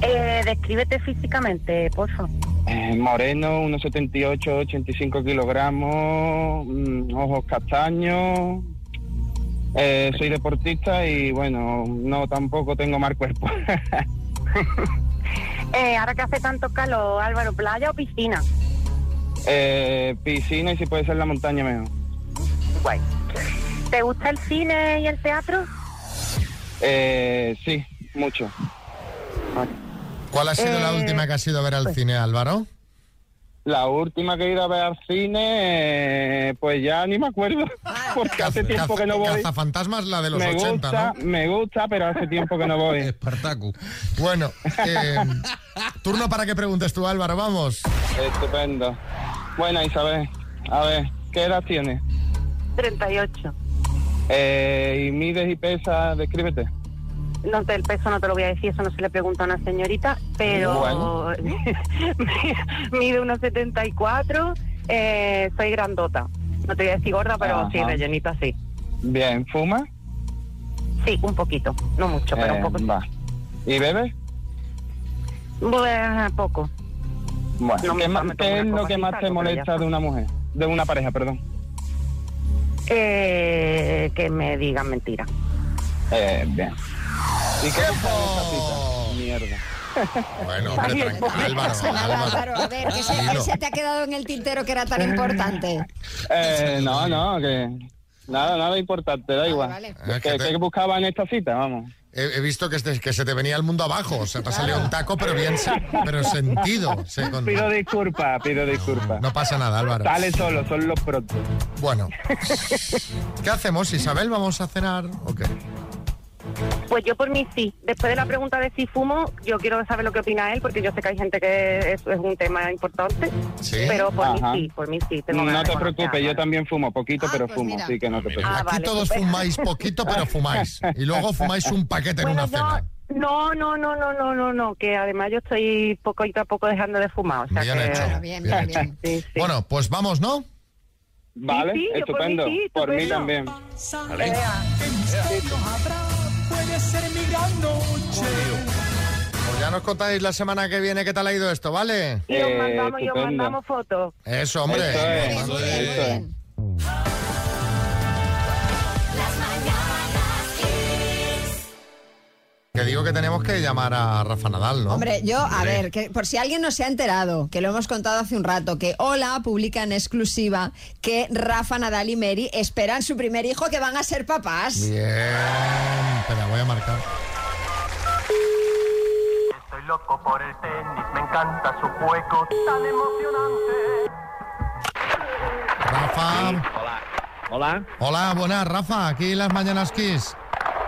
[SPEAKER 4] Eh, descríbete físicamente, por favor.
[SPEAKER 20] Eh, moreno, 1,78, 85 kilogramos, mm, ojos castaños. Eh, soy deportista y bueno, no tampoco tengo mal cuerpo.
[SPEAKER 4] Eh, ahora que hace tanto calor, Álvaro, ¿playa o piscina?
[SPEAKER 20] Eh, piscina y si puede ser la montaña mejor.
[SPEAKER 4] Guay. ¿Te gusta el cine y el teatro?
[SPEAKER 20] Eh, sí, mucho.
[SPEAKER 1] ¿Cuál ha sido
[SPEAKER 4] Eh,
[SPEAKER 1] la última que has ido a ver al cine, Álvaro?
[SPEAKER 20] La última que he ido a ver al cine, eh, pues ya ni me acuerdo, porque hace tiempo que no voy.
[SPEAKER 1] Cazafantasmas, la de los
[SPEAKER 20] me
[SPEAKER 1] 80,
[SPEAKER 20] gusta,
[SPEAKER 1] ¿no?
[SPEAKER 20] me gusta, pero hace tiempo que no voy. Espartaco.
[SPEAKER 1] Bueno, eh, turno para que preguntes tú, Álvaro, vamos.
[SPEAKER 20] Estupendo. Bueno, Isabel, a ver, ¿qué edad tienes?
[SPEAKER 4] 38.
[SPEAKER 20] Eh, y mides y pesas, descríbete.
[SPEAKER 4] No te, el peso no te lo voy a decir, eso no se le pregunta a una señorita, pero
[SPEAKER 20] Bueno.
[SPEAKER 4] mide unos 74, eh, soy grandota. No te voy a decir gorda, pero sí,
[SPEAKER 20] Ajá.
[SPEAKER 4] rellenita sí.
[SPEAKER 20] Bien, ¿fuma?
[SPEAKER 4] Sí, un poquito, no mucho, pero un
[SPEAKER 20] Eh,
[SPEAKER 4] poco. sí.
[SPEAKER 20] va. ¿Y bebe?
[SPEAKER 4] Bueno, poco.
[SPEAKER 20] Bueno,
[SPEAKER 4] No, me-
[SPEAKER 20] ¿qué, ma-
[SPEAKER 4] me tomo
[SPEAKER 20] qué
[SPEAKER 4] una
[SPEAKER 20] es lo
[SPEAKER 4] copa
[SPEAKER 20] que
[SPEAKER 4] sin
[SPEAKER 20] más te
[SPEAKER 4] sal, porque ya
[SPEAKER 20] molesta
[SPEAKER 4] está.
[SPEAKER 20] de una mujer? De una pareja, perdón.
[SPEAKER 4] Eh, que me digan mentira.
[SPEAKER 20] Eh, bien. ¿Y qué ¡Tiempo! Mierda.
[SPEAKER 1] Bueno,
[SPEAKER 4] hombre, Ay, tranquilo, pobre. Álvaro,
[SPEAKER 2] Álvaro, a ver, que se,
[SPEAKER 20] Dilo.
[SPEAKER 2] se te ha quedado en el tintero que era tan importante.
[SPEAKER 20] Eh, no, no, que... Nada, nada importante, da igual.
[SPEAKER 1] Ah,
[SPEAKER 20] ¿Qué,
[SPEAKER 1] que te-
[SPEAKER 20] qué buscaba en esta cita? Vamos.
[SPEAKER 1] He, he visto que, este- que se te venía el mundo abajo, o sea, te ha salido un taco, pero bien, se- pero sentido. se- con-
[SPEAKER 20] Pido disculpas, pido disculpas.
[SPEAKER 1] No pasa nada, Álvaro.
[SPEAKER 20] Sale solo, son los prontos.
[SPEAKER 1] Bueno, ¿qué hacemos, Isabel? ¿Vamos a cenar? Ok.
[SPEAKER 4] Pues yo por mí sí. Después de la pregunta de si fumo, yo quiero saber lo que opina él, porque yo sé que hay gente que es, es un tema importante.
[SPEAKER 20] Sí.
[SPEAKER 4] Pero por
[SPEAKER 20] Ajá.
[SPEAKER 4] mí sí, por mí sí. tengo
[SPEAKER 20] No
[SPEAKER 4] ganas de
[SPEAKER 20] te
[SPEAKER 4] conocer a
[SPEAKER 20] preocupes, yo también fumo poquito,
[SPEAKER 2] Ah, pues
[SPEAKER 20] pero fumo,
[SPEAKER 4] mira.
[SPEAKER 20] así que no te preocupes.
[SPEAKER 4] Ah,
[SPEAKER 1] Aquí
[SPEAKER 4] vale,
[SPEAKER 1] todos
[SPEAKER 4] super.
[SPEAKER 1] fumáis poquito, pero fumáis. Y luego fumáis un paquete en una cena.
[SPEAKER 4] No, no, no, no, no, no, no, que además yo estoy poco a poco dejando de fumar. O sea
[SPEAKER 1] Bien
[SPEAKER 4] que...
[SPEAKER 1] hecho, Bueno, bien, bien bien. Bueno, pues vamos, ¿no?
[SPEAKER 20] Vale,
[SPEAKER 4] Sí, sí, yo por mí
[SPEAKER 20] estupendo.
[SPEAKER 4] sí,
[SPEAKER 20] Por mí
[SPEAKER 4] estupendo.
[SPEAKER 20] también.
[SPEAKER 1] Vale.
[SPEAKER 21] Puede ser mi gran noche.
[SPEAKER 1] Pues ya nos contáis la semana que viene qué tal ha ido esto, ¿vale?
[SPEAKER 4] Y
[SPEAKER 20] eh,
[SPEAKER 4] os mandamos, y os mandamos fotos.
[SPEAKER 1] Eso, hombre.
[SPEAKER 20] Eso es,
[SPEAKER 1] Nos mandamos-
[SPEAKER 20] eso es.
[SPEAKER 1] Que digo que tenemos que llamar a Rafa Nadal, ¿no?
[SPEAKER 2] Hombre, yo, a
[SPEAKER 1] Sí.
[SPEAKER 2] ver, que por si alguien no se ha enterado, que lo hemos contado hace un rato, que Hola publica en exclusiva que Rafa Nadal y Mary esperan su primer hijo que van a ser papás.
[SPEAKER 1] Bien, te la voy a marcar.
[SPEAKER 3] Estoy loco por el tenis, me encanta su juego tan emocionante.
[SPEAKER 1] Rafa.
[SPEAKER 3] Ah. Hola,
[SPEAKER 1] Hola, buenas, Rafa. Aquí las mañanas Kiss.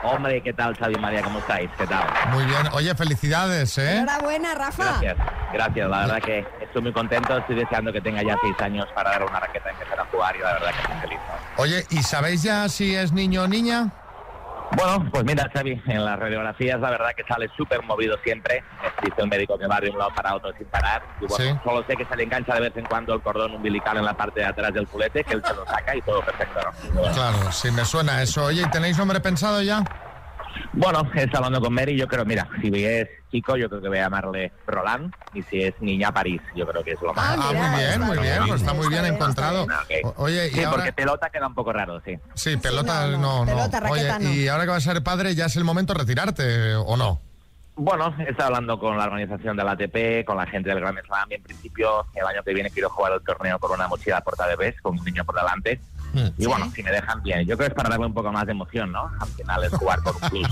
[SPEAKER 3] hombre, ¿qué tal, Xavi y María? ¿Cómo estáis? ¿Qué tal?
[SPEAKER 1] Muy bien. Oye, felicidades, ¿eh?
[SPEAKER 2] Enhorabuena, Rafa.
[SPEAKER 3] Gracias, gracias, la verdad que es estoy muy contento, estoy deseando que tenga ya seis años para dar una raqueta y empezar a jugar y la verdad que estoy feliz.
[SPEAKER 1] Oye, ¿y sabéis ya si es niño o niña?
[SPEAKER 3] Bueno, pues mira, Xavi, en las radiografías la verdad que sale súper movido siempre. Existe un médico que va de un lado para otro sin parar. Y bueno,
[SPEAKER 1] Sí.
[SPEAKER 3] solo sé que se le engancha de vez en cuando el cordón umbilical en la parte de atrás del culete, que él se lo saca y todo perfecto. ¿no?
[SPEAKER 1] Claro, sí, me suena eso. Oye, ¿y tenéis nombre pensado ya?
[SPEAKER 3] Bueno, he estado hablando con Mary yo creo, mira, si es chico, yo creo que voy a llamarle Roland. Y si es niña, París. Yo creo que es lo más.
[SPEAKER 1] Ah, muy bien, muy bien, pues está muy bien encontrado.
[SPEAKER 3] Ok.
[SPEAKER 1] O- Oye, y
[SPEAKER 3] sí,
[SPEAKER 1] ahora...
[SPEAKER 3] porque pelota queda un poco raro, sí.
[SPEAKER 1] Sí, pelota no, no.
[SPEAKER 3] Pelota, raqueta,
[SPEAKER 1] Oye,
[SPEAKER 3] no.
[SPEAKER 1] y ahora que vas a ser padre, ya es el momento de retirarte, ¿o no?
[SPEAKER 3] Bueno, he estado hablando con la organización del ATP, con la gente del Grand Slam y en principio el año que viene quiero jugar el torneo con una mochila porta bebés, con un niño por delante. Y bueno, si me dejan bien, yo creo que es para darle un poco más de emoción, ¿no? Al final es jugar con un plus.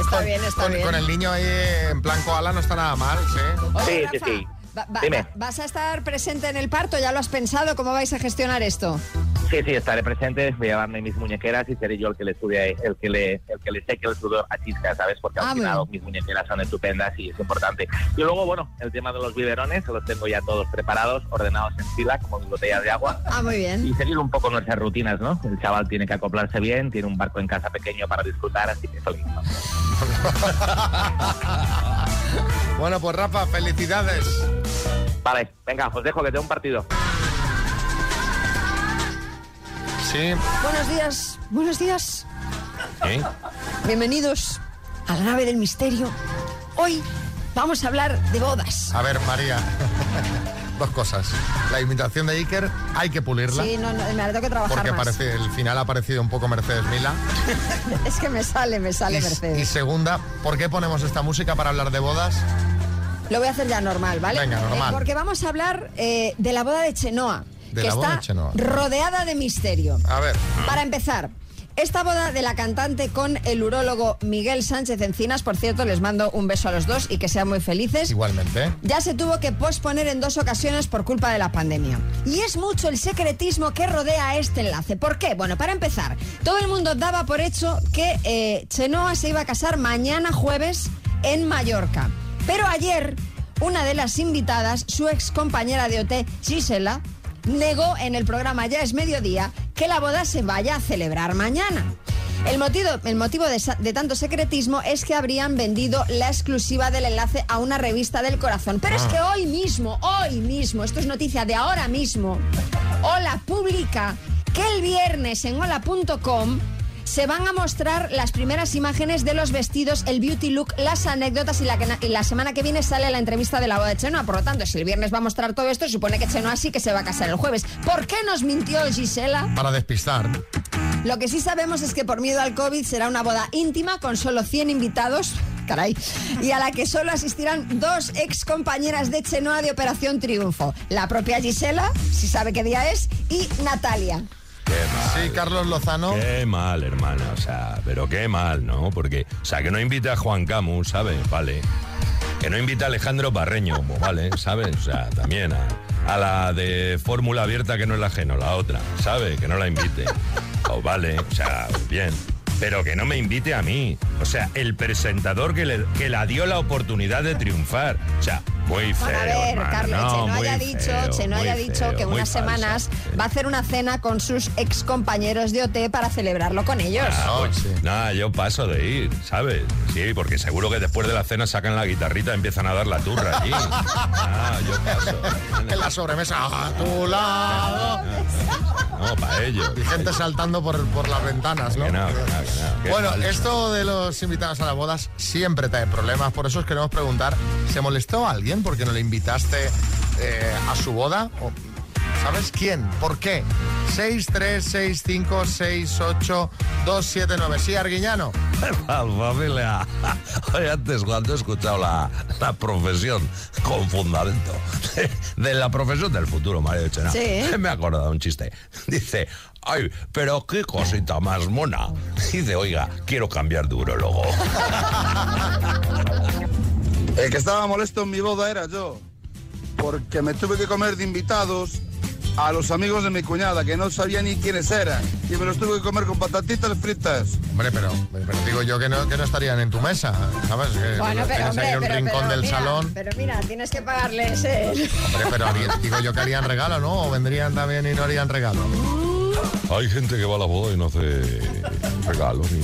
[SPEAKER 2] Está bien, está
[SPEAKER 1] con,
[SPEAKER 2] bien.
[SPEAKER 1] Con el niño ahí en plan koala no está nada mal, sí.
[SPEAKER 3] Sí, sí, sí.
[SPEAKER 2] Va- va-
[SPEAKER 3] Dime.
[SPEAKER 2] va- ¿Vas a estar presente en el parto? ¿Ya lo has pensado? ¿Cómo vais a gestionar esto?
[SPEAKER 3] Sí, sí, estaré presente, voy a llevarme mis muñequeras y seré yo el que le estudie, el que le, el que le seque el sudor a chisca, ¿sabes? Porque
[SPEAKER 2] Ah,
[SPEAKER 3] al final
[SPEAKER 2] bueno.
[SPEAKER 3] mis muñequeras son estupendas y es importante. Y luego, bueno, el tema de los biberones, los tengo ya todos preparados, ordenados en fila, como mis botellas de agua.
[SPEAKER 2] Ah, muy bien.
[SPEAKER 3] y seguir un poco nuestras rutinas, ¿no? El chaval tiene que acoplarse bien, tiene un barco en casa pequeño para disfrutar, así que feliz. ¿no?
[SPEAKER 1] Bueno, pues Rafa, felicidades.
[SPEAKER 3] Vale, venga, os dejo que tengo un partido.
[SPEAKER 1] Sí.
[SPEAKER 2] Buenos días, buenos días.
[SPEAKER 7] ¿Eh?
[SPEAKER 2] Bienvenidos a la nave del misterio. Hoy vamos a hablar de bodas.
[SPEAKER 1] A ver, María, dos cosas. La imitación de Iker hay que pulirla.
[SPEAKER 2] Sí, no, no, me la tengo que trabajar
[SPEAKER 1] porque
[SPEAKER 2] más.
[SPEAKER 1] parece, el final ha parecido un poco Mercedes Mila.
[SPEAKER 2] Es que me sale, me sale
[SPEAKER 1] Y
[SPEAKER 2] Mercedes.
[SPEAKER 1] segunda, ¿por qué ponemos esta música para hablar de bodas?
[SPEAKER 2] Lo voy a hacer ya normal, ¿vale?
[SPEAKER 1] Venga, normal.
[SPEAKER 2] Eh, porque vamos a hablar eh, de la boda de Chenoa,
[SPEAKER 1] De
[SPEAKER 2] que
[SPEAKER 1] la boda
[SPEAKER 2] está
[SPEAKER 1] de Chenoa.
[SPEAKER 2] rodeada de misterio.
[SPEAKER 1] A ver.
[SPEAKER 2] Para empezar, esta boda de la cantante con el urólogo Miguel Sánchez Encinas, por cierto, les mando un beso a los dos y que sean muy felices.
[SPEAKER 1] Igualmente.
[SPEAKER 2] Ya se tuvo que posponer en dos ocasiones por culpa de la pandemia. Y es mucho el secretismo que rodea a este enlace. ¿Por qué? Bueno, para empezar, todo el mundo daba por hecho que eh, Chenoa se iba a casar mañana jueves en Mallorca. Pero ayer, una de las invitadas, su ex compañera de OT, Gisela, negó en el programa Ya es mediodía que la boda se vaya a celebrar mañana. El motivo, el motivo de, esa- de tanto secretismo es que habrían vendido la exclusiva del enlace a una revista del corazón. Pero es que hoy mismo, hoy mismo, esto es noticia de ahora mismo, Hola publica que el viernes en hola.com se van a mostrar las primeras imágenes de los vestidos, el beauty look, las anécdotas y la, que na- y la semana que viene sale la entrevista de la boda de Chenoa. Por lo tanto, si el viernes va a mostrar todo esto, supone que Chenoa sí que se va a casar el jueves. ¿Por qué nos mintió Gisela?
[SPEAKER 1] Para despistar.
[SPEAKER 2] Lo que sí sabemos es que por miedo al COVID será una boda íntima con solo 100 invitados. Caray. Y a la que solo asistirán dos ex compañeras de Chenoa de Operación Triunfo. La propia Gisela, si sabe qué día es, y Natalia.
[SPEAKER 1] Sí, Carlos Lozano.
[SPEAKER 8] Qué mal, hermana, o sea, pero qué mal, ¿no? Porque, o sea, que no invita a Juan Camus, ¿sabes? Vale. Que no invita a Alejandro Barreño, pues vale, ¿sabes? O sea, también a, a la de fórmula abierta que no es la ajeno, la otra, ¿sabes? Que no la invite. O vale, o sea, bien. Pero que no me invite a mí. O sea, el presentador que, le, que la dio la oportunidad de triunfar. O sea, muy feo.
[SPEAKER 2] Bueno, a ver,
[SPEAKER 8] hermano,
[SPEAKER 2] Carlos,
[SPEAKER 8] no,
[SPEAKER 2] Chenoa
[SPEAKER 8] muy
[SPEAKER 2] ya ha dicho,
[SPEAKER 8] feo,
[SPEAKER 2] Chenoa
[SPEAKER 8] muy
[SPEAKER 2] ya ha dicho
[SPEAKER 8] feo,
[SPEAKER 2] que
[SPEAKER 8] muy
[SPEAKER 2] unas
[SPEAKER 8] falso.
[SPEAKER 2] semanas va a hacer una cena con sus ex compañeros de OT para celebrarlo con ellos.
[SPEAKER 8] Ah, pues, Nada, yo paso de ir, ¿sabes? Sí, porque seguro que después de la cena sacan la guitarrita y empiezan a dar la turra allí. Ah, yo paso.
[SPEAKER 1] En la sobremesa, a tu lado.
[SPEAKER 8] No, para ellos.
[SPEAKER 1] Y gente saltando por, por las ventanas, ¿no?
[SPEAKER 8] Que no, que no, que no, que
[SPEAKER 1] Bueno,
[SPEAKER 8] falso.
[SPEAKER 1] esto de los invitados a las bodas siempre trae problemas, por eso os queremos preguntar, ¿se molestó a alguien porque no le invitaste eh, a su boda? ¿O ¿Sabes quién? ¿Por qué? 636568279. Sí, Arguiñano.
[SPEAKER 7] La familia. Oye, antes cuando he escuchado la, la profesión con fundamento de, de la profesión del futuro, Mario Echena,
[SPEAKER 4] Sí.
[SPEAKER 7] me he acordado de un chiste. Dice, ay, pero qué cosita más mona. Dice, oiga, quiero cambiar de urologo.
[SPEAKER 4] El que estaba molesto en mi boda era yo, porque me tuve que comer de invitados a los amigos de mi cuñada, que no sabía ni quiénes eran. Y me los tuve que comer con patatitas fritas.
[SPEAKER 1] Hombre, pero, pero digo yo que no, que no estarían en tu mesa, ¿sabes? Que
[SPEAKER 2] Bueno,
[SPEAKER 1] los
[SPEAKER 2] pero
[SPEAKER 1] tienes ahí
[SPEAKER 2] hombre,
[SPEAKER 1] en un
[SPEAKER 2] pero,
[SPEAKER 1] rincón
[SPEAKER 2] pero
[SPEAKER 1] del
[SPEAKER 2] mira,
[SPEAKER 1] salón.
[SPEAKER 2] Pero mira, tienes que pagarles el...
[SPEAKER 1] Hombre, pero haría- digo yo que harían regalo, ¿no? O vendrían también y no harían regalo.
[SPEAKER 7] Hay gente que va a la boda y no hace regalos. Ni...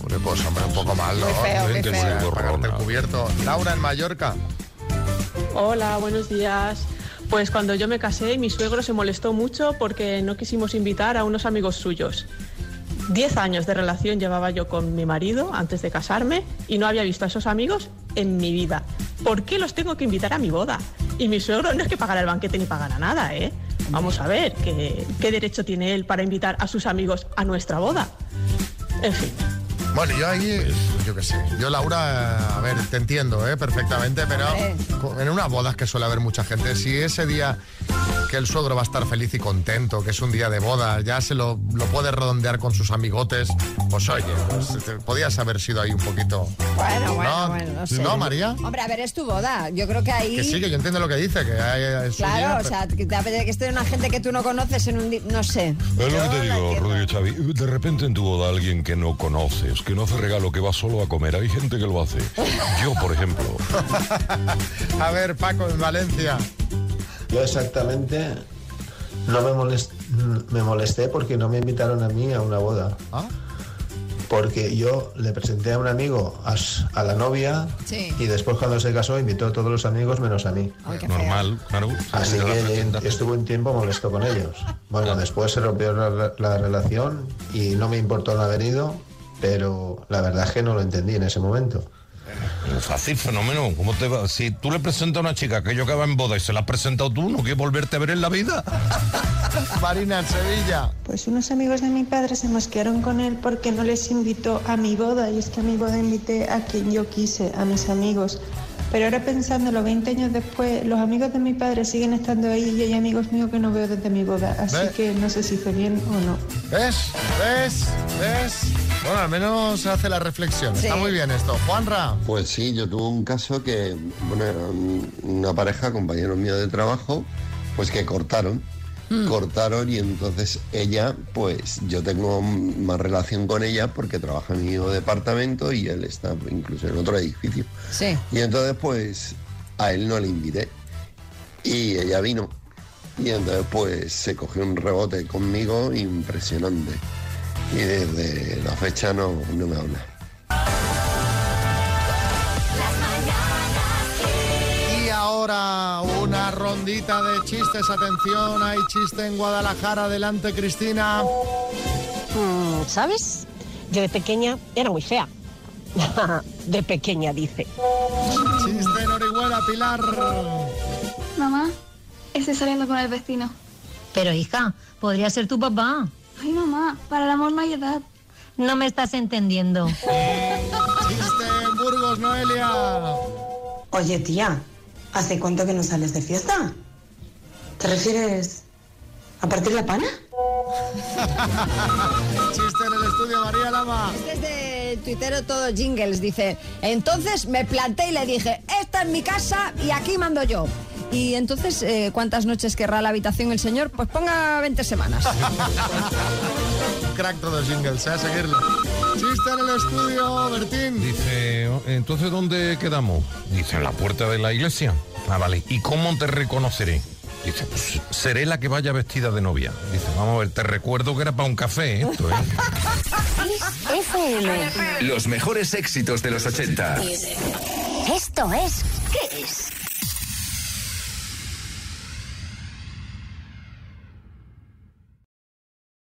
[SPEAKER 1] Hombre, pues hombre, un poco mal, ¿no?
[SPEAKER 7] Muy feo, muy
[SPEAKER 1] Gente
[SPEAKER 7] feo.
[SPEAKER 1] muy apagarte el cubierto. Laura en Mallorca.
[SPEAKER 9] Hola, buenos días. Pues cuando yo me casé, mi suegro se molestó mucho porque no quisimos invitar a unos amigos suyos. Diez años de relación llevaba yo con mi marido antes de casarme y no había visto a esos amigos en mi vida. ¿Por qué los tengo que invitar a mi boda? Y mi suegro no es que pagara el banquete ni pagara nada, ¿eh? Vamos a ver, ¿qué, qué derecho tiene él para invitar a sus amigos a nuestra boda? En fin.
[SPEAKER 1] Bueno, yo ahí, yo qué sé. Yo, Laura, a ver, te entiendo ¿eh? perfectamente, pero en unas bodas que suele haber mucha gente, si ese día que el suegro va a estar feliz y contento, que es un día de boda, ya se lo, lo puede redondear con sus amigotes, pues oye, pues, te- podías haber sido ahí un poquito...
[SPEAKER 2] Bueno, bueno,
[SPEAKER 1] no,
[SPEAKER 2] bueno, no sé.
[SPEAKER 1] No, María,
[SPEAKER 2] Hombre, a ver, es tu boda. Yo creo que ahí...
[SPEAKER 1] que sí, que yo entiendo lo que dice, que hay... es su día,
[SPEAKER 2] Claro, o
[SPEAKER 1] pero-
[SPEAKER 2] sea, que te apetece que esté una gente que tú no conoces en un... di- No sé.
[SPEAKER 7] Es lo que te digo, Rodrigo Xavi. De repente en tu boda alguien que no conoces, que no hace regalo, que va solo a comer. Hay gente que lo hace. Yo, por ejemplo.
[SPEAKER 1] A ver, Paco, en Valencia.
[SPEAKER 10] Yo exactamente no me, molest- me molesté porque no me invitaron a mí a una boda. Porque yo le presenté a un amigo a, s- a la novia
[SPEAKER 2] Sí.
[SPEAKER 10] y después cuando se casó invitó a todos los amigos menos a mí.
[SPEAKER 2] Ay, qué feo.
[SPEAKER 7] Normal, claro.
[SPEAKER 10] Así que estuve un tiempo molesto con ellos. Bueno, después se rompió la, re- la relación y no me importó no haber ido, pero la verdad es que no lo entendí en ese momento.
[SPEAKER 7] Fácil, fenómeno. ¿Cómo te va? Si tú le presentas a una chica que yo que va en boda y se la has presentado tú, no quieres volverte a ver en la vida.
[SPEAKER 1] Marina, en Sevilla.
[SPEAKER 11] Pues unos amigos de mi padre se mosquearon con él porque no les invitó a mi boda y es que a mi boda invité a quien yo quise, a mis amigos. Pero ahora pensándolo, 20 años después, los amigos de mi padre siguen estando ahí y hay amigos míos que no veo desde mi boda, así
[SPEAKER 1] ¿Ve?
[SPEAKER 11] que no sé si fue bien o no.
[SPEAKER 1] ¿Ves? ¿Ves? ¿Ves? Bueno, al menos hace la reflexión. Está muy bien esto. Juanra.
[SPEAKER 22] Pues sí, yo tuve un caso que, bueno, era un- una pareja, compañero mío de trabajo, pues que cortaron. Cortaron y entonces ella, pues yo tengo mm, más relación con ella porque trabaja en mi departamento y él está incluso en otro edificio.
[SPEAKER 2] Sí.
[SPEAKER 22] Y entonces pues a él no le invité. Y ella vino. Y entonces pues se cogió un rebote conmigo impresionante. Y desde la fecha no, no me habla.
[SPEAKER 1] Y ahora una rondita de chistes. Atención, hay chiste en Guadalajara. Adelante, Cristina.
[SPEAKER 23] Mm, ¿Sabes? Yo de pequeña era muy fea. de pequeña, dice.
[SPEAKER 1] Chiste en Orihuela, Pilar.
[SPEAKER 24] Mamá, estoy saliendo con el vecino.
[SPEAKER 25] Pero hija, podría ser tu papá.
[SPEAKER 24] Ay, mamá, para el amor no hay edad.
[SPEAKER 25] No me estás entendiendo.
[SPEAKER 1] Chiste en Burgos, Noelia.
[SPEAKER 26] Oye, tía, ¿hace cuánto que no sales de fiesta? ¿Te refieres a partir la pana?
[SPEAKER 1] Chiste en el estudio, María Lama.
[SPEAKER 2] Desde Pues tuitero todo jingles, dice. Entonces me planté y le dije, esta es mi casa y aquí mando yo. Y entonces, eh, ¿cuántas noches querrá la habitación el señor? Pues ponga 20 semanas.
[SPEAKER 1] Un Crack todos jingles, ¿eh? a seguirlo. Chiste en el estudio, Bertín.
[SPEAKER 7] Dice, "Oh, entonces ¿dónde quedamos? Dice, en la puerta de la iglesia. Ah, vale. ¿Y cómo te reconoceré? Dice, pues seré la que vaya vestida de novia. Dice, vamos a ver, te recuerdo que era para un café esto, ¿eh?
[SPEAKER 13] Los mejores éxitos de los 80.
[SPEAKER 6] Esto es Kiss.